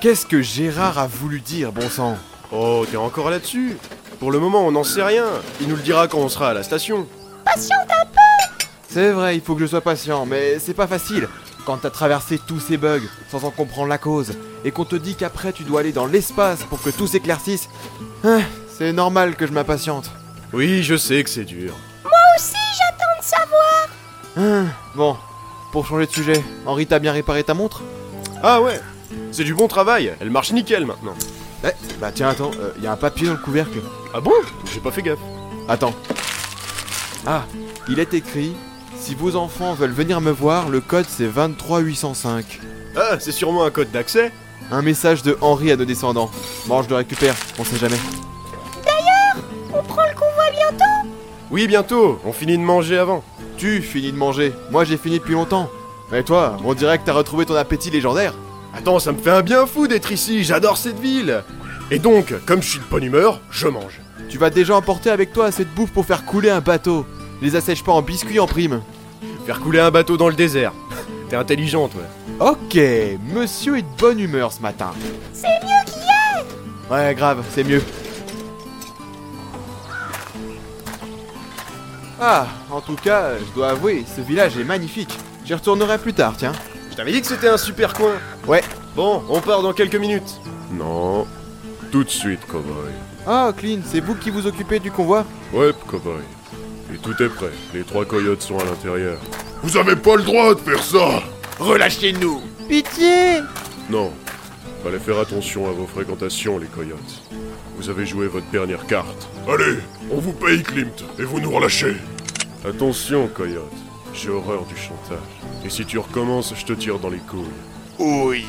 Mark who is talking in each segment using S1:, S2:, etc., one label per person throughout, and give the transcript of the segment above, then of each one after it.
S1: Qu'est-ce que Gérard a voulu dire, bon sang
S2: Oh, t'es encore là-dessus Pour le moment, on n'en sait rien. Il nous le dira quand on sera à la station.
S1: C'est vrai, il faut que je sois patient, mais c'est pas facile. Quand t'as traversé tous ces bugs sans en comprendre la cause, et qu'on te dit qu'après tu dois aller dans l'espace pour que tout s'éclaircisse, hein, c'est normal que je m'impatiente.
S2: Oui, je sais que c'est dur.
S1: Hein, bon, pour changer de sujet, Henri t'as bien réparé ta montre
S2: Ah ouais C'est du bon travail. Elle marche nickel maintenant.
S1: Eh, bah tiens, attends, il y a un papier dans le couvercle.
S2: Ah bon J'ai pas fait gaffe.
S1: Attends. Ah, il est écrit si vos enfants veulent venir me voir, le code c'est 23805.
S2: Ah, c'est sûrement un code d'accès.
S1: Un message de Henri à nos descendants. Bon, je le récupère, on sait jamais.
S2: Oui, bientôt. On finit de manger avant.
S1: Tu finis de manger, moi j'ai fini depuis longtemps. Mais toi, on dirait que t'as retrouvé ton appétit légendaire.
S2: Attends, ça me fait un bien fou d'être ici. J'adore cette ville. Et donc, comme je suis de bonne humeur, je mange.
S1: Tu vas déjà emporter avec toi assez de bouffe pour faire couler un bateau. Les assèche pas en biscuits en prime.
S2: Faire couler un bateau dans le désert. T'es intelligente, ouais.
S1: Ok, monsieur est de bonne humeur ce matin. C'est mieux qu'hier Ouais, grave, c'est mieux. Ah, en tout cas, je dois avouer, ce village est magnifique. J'y retournerai plus tard, tiens.
S2: Je t'avais dit que c'était un super coin.
S1: Ouais.
S2: Bon, on part dans quelques minutes. Non. Tout de suite, cowboy.
S1: Ah, Clean, c'est vous qui vous occupez du convoi
S3: Ouais, cowboy. Et tout est prêt. Les trois coyotes sont à l'intérieur. Vous avez pas le droit de faire ça
S4: Relâchez-nous
S1: Pitié
S3: Non. Fallait faire attention à vos fréquentations, les coyotes. Vous avez joué votre dernière carte. Allez, on vous paye, Klimt, et vous nous relâchez. Attention, coyote. J'ai horreur du chantage. Et si tu recommences, je te tire dans les couilles.
S4: Oui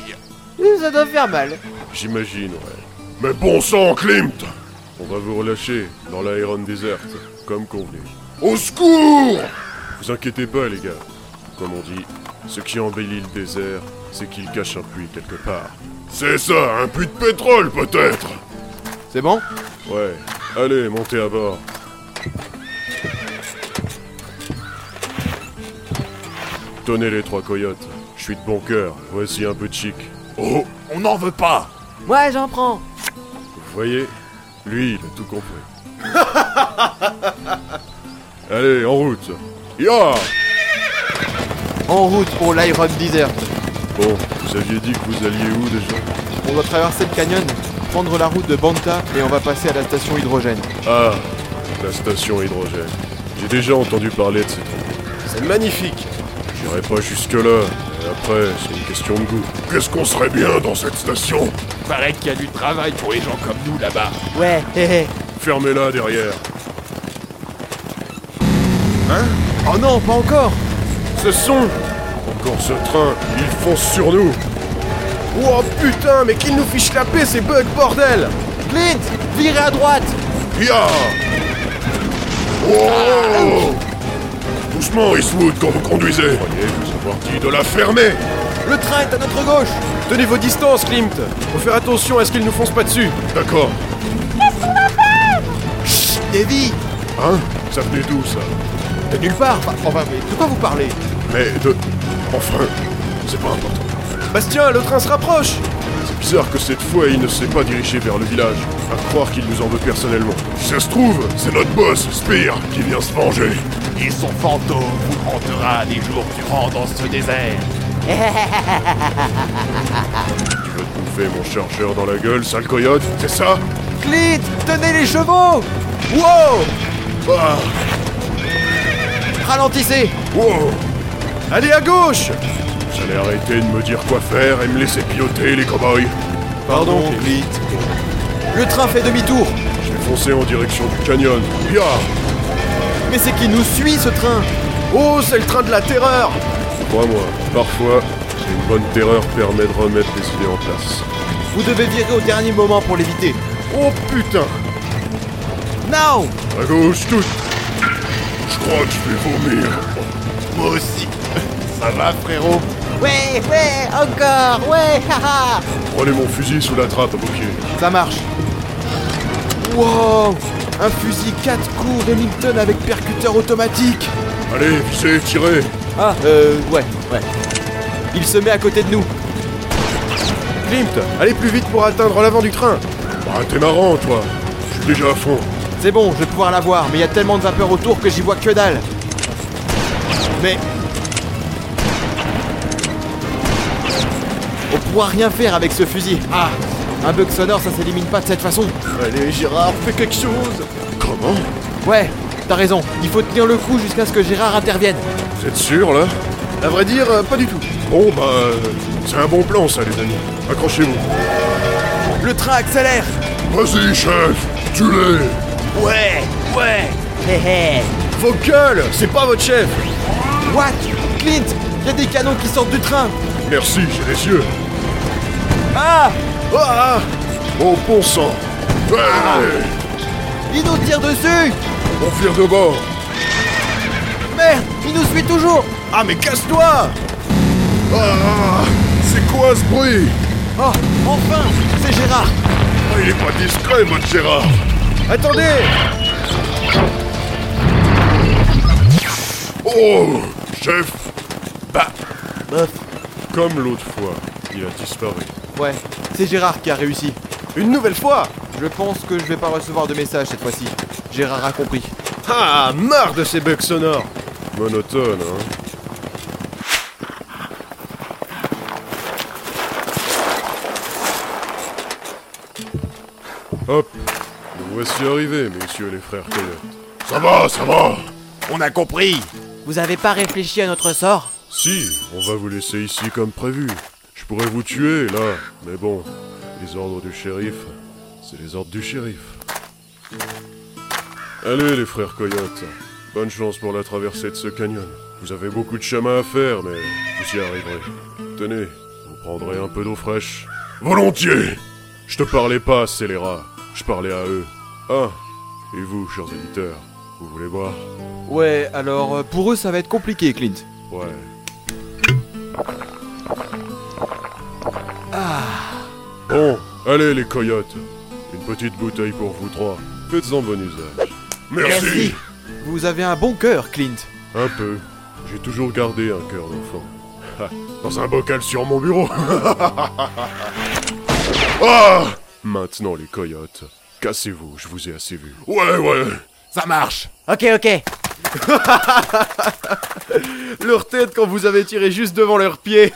S1: Ça doit faire mal.
S3: J'imagine, ouais.
S5: Mais bon sang, Klimt
S3: On va vous relâcher dans l'Iron Desert, comme convenu.
S5: Au secours
S3: Vous inquiétez pas, les gars. Comme on dit, ce qui embellit le désert, c'est qu'il cache un puits quelque part.
S5: C'est ça, un puits de pétrole peut-être
S1: C'est bon
S3: Ouais, allez, montez à bord. Tenez les trois coyotes. Je suis de bon cœur, voici un peu de chic.
S5: Oh,
S4: On n'en veut pas
S6: Moi, j'en prends.
S3: Vous voyez Lui, il a tout compris. allez, en route Ya
S1: En route pour l'Iron Desert.
S3: Bon, vous aviez dit que vous alliez où déjà
S1: On doit traverser le canyon, prendre la route de Banta et on va passer à la station hydrogène.
S3: Ah, la station hydrogène. J'ai déjà entendu parler de cette
S2: C'est magnifique.
S3: J'irai pas jusque-là. mais Après, c'est une question de goût.
S5: qu'est-ce qu'on serait bien dans cette station
S4: Paraît qu'il y a du travail pour les gens comme nous là-bas.
S6: Ouais, hé hé.
S3: Fermez-la derrière.
S1: Oh non, pas encore
S2: Ce son
S3: Encore ce train, il fonce sur nous.
S2: Oh putain, mais qu'ils nous fichent la paix ces bugs, bordel
S1: Clint, virez à droite
S5: Ya Oh Doucement, Eastwood, quand vous conduisez
S3: Croyez vous avoir dit.
S5: Dis de la fermer
S1: Le train est à notre gauche
S2: Tenez vos distances, Klimt Faut faire attention à ce qu'ils nous foncent pas dessus
S5: D'accord.
S1: Davy
S3: Hein Ça venait d'où ça
S1: De nulle part Enfin, enfin, mais de quoi vous parlez
S3: Mais de. Enfin, c'est pas important.
S2: Bastien, le train se rapproche
S3: C'est bizarre que cette fois il ne s'est pas dirigé vers le village. À croire qu'il nous en veut personnellement.
S5: Si ça se trouve, c'est notre boss, Spear, qui vient se venger.
S4: Et son fantôme vous hantera des jours durant dans ce désert.
S3: Tu veux te bouffer mon chargeur dans la gueule, sale coyote C'est ça
S1: Clint, tenez les chevaux
S2: Wow
S5: Bah,
S1: Ralentissez
S5: wow
S2: Allez à gauche
S3: J'allais arrêter de me dire quoi faire.
S5: Faire et me laisser piloter, les cow-boys.
S2: Pardon,
S1: Clint. Le train fait demi-tour
S3: Je vais foncer en direction du canyon.
S5: Ya
S1: Mais c'est qui nous suit ce train
S2: Oh, c'est le train de la terreur
S3: Crois-moi, parfois, une bonne terreur permet de remettre les idées en place.
S1: Vous devez virer au dernier moment pour l'éviter.
S2: Oh putain
S1: Now
S3: À gauche, tout
S5: Je crois que je vais vomir.
S4: Moi aussi. Ça va, frérot
S6: Ouais, ouais, encore, ouais, haha.
S3: Prenez mon fusil sous la trappe, ok
S1: Ça marche. Wow Un fusil 4 coups Remington avec percuteur automatique
S3: Allez, visez, tirez
S1: Ah, euh, ouais, ouais. Il se met à côté de nous.
S2: Klimt, allez plus vite pour atteindre l'avant du train
S3: Bah t'es marrant toi Je suis déjà à fond.
S1: C'est bon, je vais pouvoir la voir, mais il y a tellement de vapeur autour que j'y vois que dalle. Mais. On pourra rien faire avec ce fusil. Ah Un bug sonore, ça s'élimine pas de cette façon.
S2: Allez Gérard, fais quelque chose
S3: Comment
S1: Ouais, t'as raison, il faut tenir le coup jusqu'à ce que Gérard intervienne.
S3: Vous êtes sûr là
S2: À vrai dire, euh, pas du tout.
S3: Bon bah euh, c'est un bon plan ça les amis. Accrochez-vous.
S1: Le train accélère
S3: Vas-y chef, tu l'es
S4: Ouais, ouais.
S6: Hé hé
S2: Vos gueules, c'est pas votre chef
S1: What Clint Il y a des canons qui sortent du train
S3: Merci, j'ai les yeux.
S1: Ah
S2: Ah
S3: Bon bon sang Allez,
S1: Il nous tire dessus
S3: On vire de bord
S1: Merde Il nous suit toujours
S2: Ah mais casse-toi
S3: Ah C'est quoi ce bruit
S1: Oh Enfin C'est Gérard
S3: Ah, Il est pas discret votre Gérard
S2: Attendez
S3: Oh Chef Bah Comme l'autre fois, il a disparu.
S1: Ouais, c'est Gérard qui a réussi.
S2: Une nouvelle fois
S1: Je pense que je vais pas recevoir de message cette fois-ci. Gérard a compris.
S2: Ah, marre de ces bugs sonores
S3: Monotone, hein Hop Nous voici arrivés, messieurs les frères Coyote.
S5: Ça va, ça va
S4: On a compris.
S6: Vous avez pas réfléchi à notre sort
S3: Si, on va vous laisser ici comme prévu. Je pourrais vous tuer, là, mais bon, les ordres du shérif, c'est les ordres du shérif. Allez, les frères Coyote, bonne chance pour la traversée de ce canyon. Vous avez beaucoup de chemin à faire, mais vous y arriverez. Tenez, vous prendrez un peu d'eau fraîche.
S5: Volontiers
S3: Je te parlais pas, scélérats, je parlais à eux. Ah, et vous, chers éditeurs, vous voulez boire
S1: Ouais, alors euh, pour eux ça va être compliqué, Clint.
S3: Ouais. Ah. Bon, allez les coyotes. Une petite bouteille pour vous trois. Faites-en bon usage.
S5: Merci,
S1: Vous avez un bon cœur, Clint.
S3: Un peu. J'ai toujours gardé un cœur d'enfant.
S5: Dans un bocal sur mon bureau
S3: Ah. Maintenant les coyotes, cassez-vous, je vous ai assez vu.
S5: Ouais, ouais
S4: Ça marche.
S6: Ok, ok.
S2: Leur tête quand vous avez tiré juste devant leurs pieds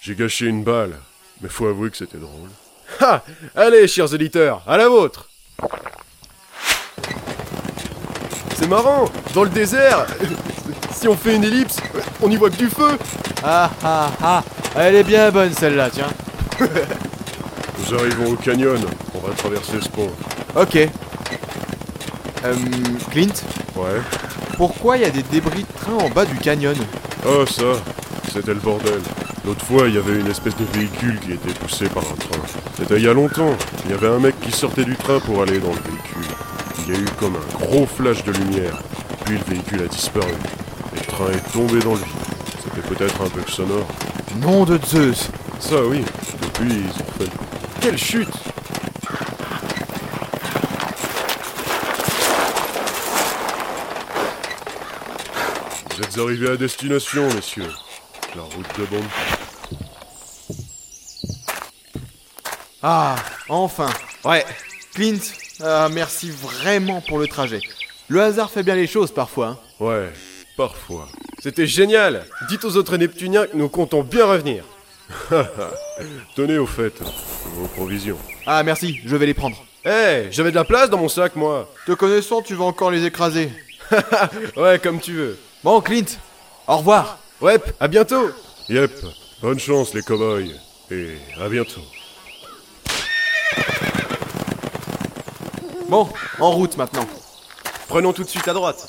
S3: J'ai gâché une balle, mais faut avouer que c'était drôle.
S2: Ah Allez, chers éditeurs, à la vôtre C'est marrant Dans le désert, si on fait une ellipse, on y voit que du feu
S1: Ah ah ah Elle est bien bonne celle-là, tiens.
S3: Nous arrivons au canyon, on va traverser ce pont.
S1: Ok. Euh, Clint,
S3: Ouais.
S1: pourquoi il y a des débris de train en bas du canyon
S3: Ah ça, c'était le bordel. L'autre fois, il y avait une espèce de véhicule qui était poussé par un train. C'était il y a longtemps. Il y avait un mec qui sortait du train pour aller dans le véhicule. Il y a eu comme un gros flash de lumière. Puis le véhicule a disparu. Et le train est tombé dans le vide. C'était peut-être un bug sonore.
S1: Nom de Zeus
S3: Ça oui. Depuis, ils ont fait.
S2: Quelle chute
S3: Vous êtes arrivés à destination, messieurs. La route de bombe.
S1: Ah, enfin Ouais. Clint, ah, merci vraiment pour le trajet. Le hasard fait bien les choses parfois. hein.
S3: Ouais, parfois.
S2: C'était génial Dites aux autres Neptuniens que nous comptons bien revenir
S3: Tenez au fait vos provisions.
S1: Ah, merci, je vais les prendre.
S2: Eh, j'avais de la place dans mon sac, moi
S1: Te connaissant, tu vas encore les écraser.
S2: Ouais, comme tu veux
S1: Bon, Clint, au revoir
S2: Ouais, à bientôt
S3: Yep. Bonne chance les cow-boys. Et à bientôt.
S1: Bon, en route maintenant.
S2: Prenons tout de suite à droite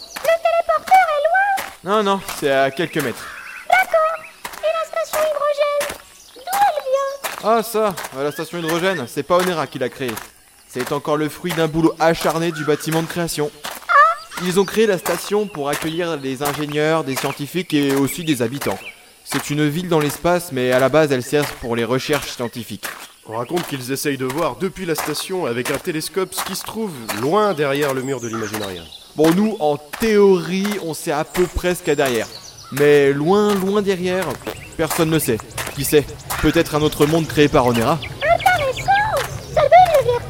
S1: Non, non, c'est à quelques mètres.
S7: Et la station hydrogène D'où elle vient
S1: Ah ça, à la station hydrogène, c'est pas Onera qui l'a créée. C'est encore le fruit d'un boulot acharné du bâtiment de création.
S7: Ah.
S1: Ils ont créé la station pour accueillir les ingénieurs, des scientifiques et aussi des habitants. C'est une ville dans l'espace, mais à la base elle sert pour les recherches scientifiques.
S2: On raconte qu'ils essayent de voir depuis la station avec un télescope ce qui se trouve loin derrière le mur de l'imaginarium.
S1: Bon, nous, en théorie, on sait à peu près ce qu'il y a derrière. Mais loin, loin derrière, personne ne sait. Qui sait Peut-être un autre monde créé par Onera
S7: Intéressant Ça donne le vertige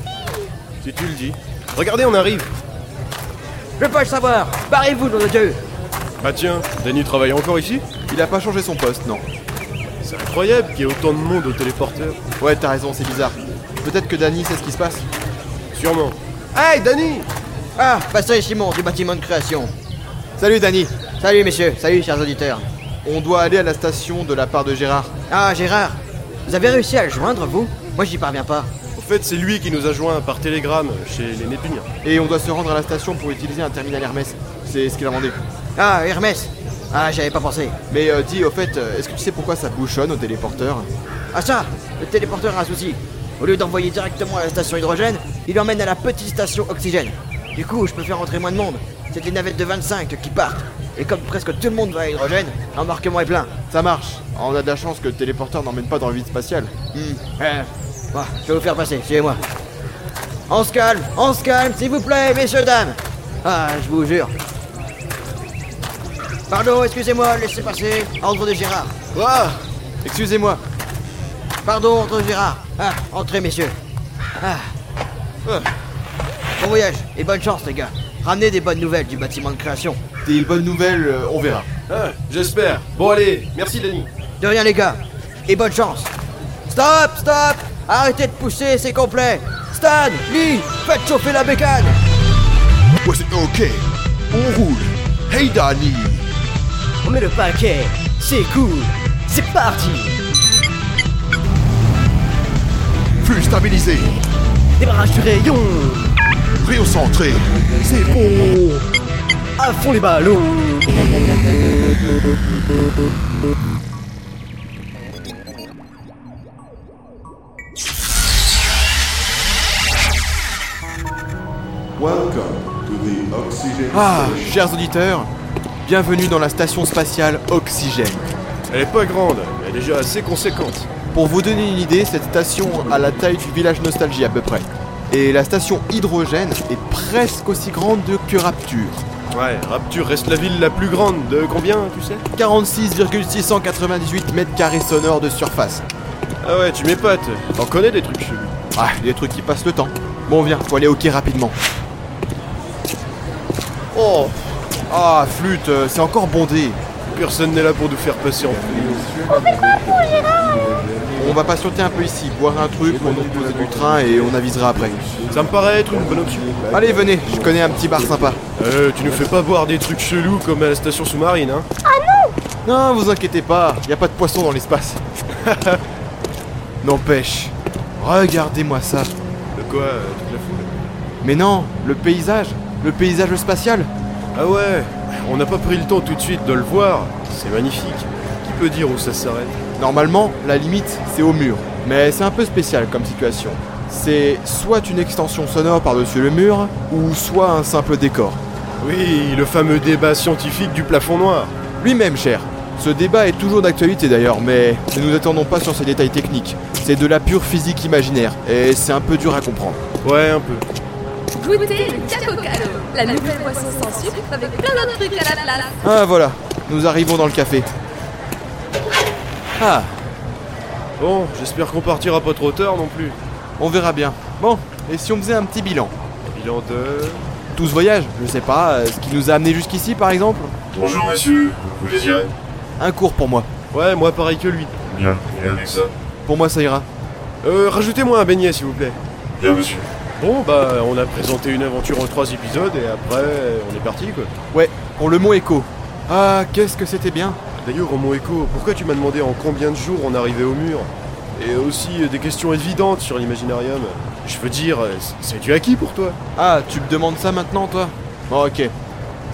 S2: Si tu le dis. Regardez, on arrive.
S8: Je veux pas le savoir Barrez-vous, nom de Dieu
S2: Ah tiens, Danny travaille encore ici
S1: Il a pas changé son poste, non
S2: C'est incroyable qu'il y ait autant de monde au téléporteur.
S1: Ouais, t'as raison, c'est bizarre. Peut-être que Danny sait ce qui se passe
S2: Sûrement. Hey, Danny
S6: Ah, Pasteur Simon du bâtiment de création.
S1: Salut Danny
S6: Salut messieurs, salut chers auditeurs.
S1: On doit aller à la station de la part de Gérard.
S6: Ah, Gérard, vous avez réussi à le joindre, vous Moi, j'y parviens pas.
S2: Au fait, c'est lui qui nous a joints par télégramme chez les Népuniens.
S1: Et on doit se rendre à la station pour utiliser un terminal Hermès. C'est ce qu'il a demandé.
S6: Ah, Hermès Ah, j'avais pas pensé.
S1: Mais euh, dis, au fait, euh, est-ce que tu sais pourquoi ça bouchonne au téléporteur
S6: Ah ça, le téléporteur a un souci. Au lieu d'envoyer directement à la station hydrogène, il emmène à la petite station oxygène. Du coup, je peux faire rentrer moins de monde. C'est les navettes de 25 qui partent. Et comme presque tout le monde va à hydrogène, l'embarquement est plein.
S1: Ça marche. On a de la chance que le téléporteur n'emmène pas dans le vide spatial.
S6: Euh, bon, je vais vous faire passer, suivez-moi. On se calme, on se calme, s'il vous plaît, messieurs, dames. Ah, je vous jure. Pardon, excusez-moi, laissez passer. Ordre de Gérard.
S1: Ouah Ah, Excusez-moi.
S6: Pardon, ordre de Gérard. Ah, entrez, messieurs. Ah. Ah. Bon voyage et bonne chance, les gars. Ramenez des bonnes nouvelles du bâtiment de création.
S1: Des bonnes nouvelles, euh, on verra.
S2: Ah, j'espère. Bon allez, merci Danny.
S6: De rien, les gars. Et bonne chance. Stop, stop Arrêtez de pousser, c'est complet Stan, Lee, faites chauffer la bécane
S5: Ouais, c'est ok. On roule. Hey Danny
S8: On met le paquet C'est cool C'est parti
S5: Fus stabilisé.
S8: Débarrage du rayon
S5: Rayon centré. C'est bon.
S8: À fond les ballons
S9: Welcome to the oxygen
S1: Ah,
S9: station.
S1: chers auditeurs, bienvenue dans la station spatiale Oxygène.
S2: Elle est pas grande, mais elle est déjà assez conséquente.
S1: Pour vous donner une idée, cette station a la taille du village Nostalgie à peu près. Et la station Hydrogène est presque aussi grande que Rapture.
S2: Ouais, Rapture reste la ville la plus grande de combien, tu sais
S1: 46,698 mètres carrés sonores de surface.
S2: Ah ouais, tu m'épates. T'en connais des trucs chez lui.
S1: Ah, des trucs qui passent le temps. Bon, viens, faut aller au quai rapidement. Oh Ah, flûte, euh, c'est encore bondé.
S2: Personne n'est là pour nous faire passer en plus.
S1: On va patienter un peu ici, boire un truc, on nous poser du train et on avisera après.
S2: Ça me paraît être une bonne option.
S1: Allez, venez, je connais un petit bar sympa.
S2: Euh, tu nous fais pas boire des trucs chelous comme à la station sous-marine, hein
S1: Non, vous inquiétez pas, y a pas de poisson dans l'espace. N'empêche, regardez-moi ça.
S2: De quoi euh, toute la foule
S1: Mais non, le paysage, le paysage spatial.
S2: Ah ouais, on n'a pas pris le temps tout de suite de le voir. C'est magnifique. Qui peut dire où ça s'arrête
S1: Normalement, la limite, c'est au mur. Mais c'est un peu spécial comme situation. C'est soit une extension sonore par-dessus le mur, ou soit un simple décor.
S2: Oui, le fameux débat scientifique du plafond noir.
S1: Lui-même, cher. Ce débat est toujours d'actualité d'ailleurs, mais ne nous attendons pas sur ces détails techniques. C'est de la pure physique imaginaire, et c'est un peu dur à comprendre.
S2: Ouais, un peu.
S10: Goûtez le cacocado, la nouvelle boisson sans sucre avec plein d'autres trucs à la place.
S1: Ah voilà, nous arrivons dans le café. Ah,
S2: Bon, j'espère qu'on partira pas trop tard non plus.
S1: on verra bien. Bon, et si on faisait un petit bilan
S2: Bilan de...
S1: Tout ce voyage, je sais pas, euh, ce qui nous a amené jusqu'ici par exemple
S5: Bonjour monsieur, vous désirez
S1: Un cours pour moi.
S2: Ouais, moi pareil que lui.
S5: Bien, et avec ça
S1: Pour moi ça ira.
S2: Euh, rajoutez-moi un beignet s'il vous plaît.
S5: Bien monsieur.
S2: Bon, bah, on a présenté une aventure en trois épisodes et après, on est parti quoi.
S1: Ouais, pour le mot écho. Ah, qu'est-ce que c'était bien
S2: D'ailleurs, mon écho, pourquoi tu m'as demandé en combien de jours on arrivait au mur Et aussi euh, des questions évidentes sur l'imaginarium. Je veux dire, euh, c- c'est du acquis pour toi.
S1: Ah, tu me demandes ça maintenant, toi Bon, ok.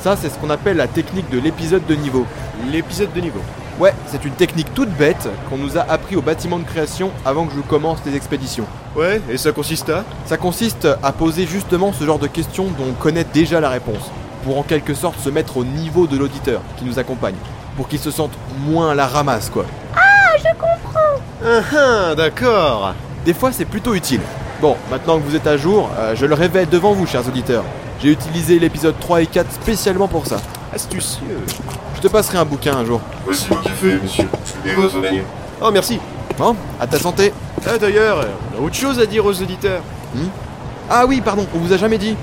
S1: Ça, c'est ce qu'on appelle la technique de l'épisode de niveau.
S2: L'épisode de niveau.
S1: Ouais, c'est une technique toute bête qu'on nous a appris au bâtiment de création avant que je commence les expéditions.
S2: Ouais, et ça consiste à
S1: Ça consiste à poser justement ce genre de questions dont on connaît déjà la réponse, pour en quelque sorte se mettre au niveau de l'auditeur qui nous accompagne, pour qu'il se sente moins à la ramasse, quoi.
S2: Ah ah, d'accord
S1: Des fois, c'est plutôt utile. Bon, maintenant que vous êtes à jour, euh, je le révèle devant vous, chers auditeurs. J'ai utilisé l'épisode 3 et 4 spécialement pour ça.
S2: Astucieux.
S1: Je te passerai un bouquin un jour.
S5: Voici mon café monsieur. Et votre dernier.
S2: Oh, merci
S1: Bon, hein à ta santé.
S2: Ah d'ailleurs, on a autre chose à dire aux auditeurs.
S1: ah oui, pardon, on vous a jamais dit.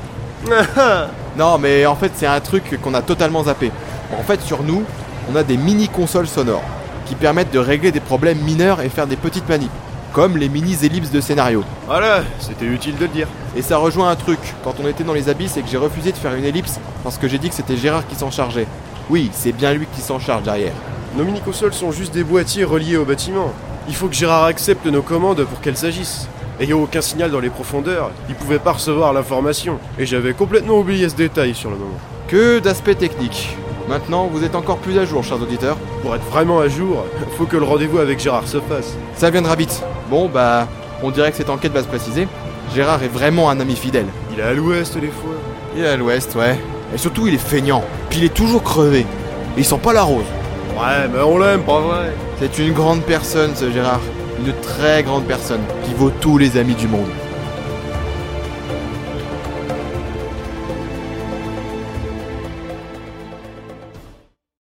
S2: Ah,
S1: non, mais en fait, c'est un truc qu'on a totalement zappé. En fait, sur nous, on a des mini consoles sonores qui permettent de régler des problèmes mineurs et faire des petites manips, comme les mini ellipses de scénario.
S2: Voilà, c'était utile de le dire.
S1: Et ça rejoint un truc, quand on était dans les abysses et que j'ai refusé de faire une ellipse parce que j'ai dit que c'était Gérard qui s'en chargeait. Oui, c'est bien lui qui s'en charge derrière.
S2: Nos mini-consoles sont juste des boîtiers reliés au bâtiment. Il faut que Gérard accepte nos commandes pour qu'elles agissent. Ayant aucun signal dans les profondeurs, il pouvait pas recevoir l'information. Et j'avais complètement oublié ce détail sur le moment.
S1: Que d'aspects techniques. Maintenant, vous êtes encore plus à jour, chers auditeurs.
S2: Pour être vraiment à jour, faut que le rendez-vous avec Gérard se fasse.
S1: Ça viendra vite. Bon, bah, on dirait que cette enquête va se préciser. Gérard est vraiment un ami fidèle.
S2: Il est à l'ouest des fois.
S1: Il est à l'ouest, ouais. Et surtout, il est feignant. Puis il est toujours crevé. Il sent pas la rose.
S2: Ouais, mais on l'aime, pas vrai
S1: C'est une grande personne, ce Gérard. Une très grande personne qui vaut tous les amis du monde.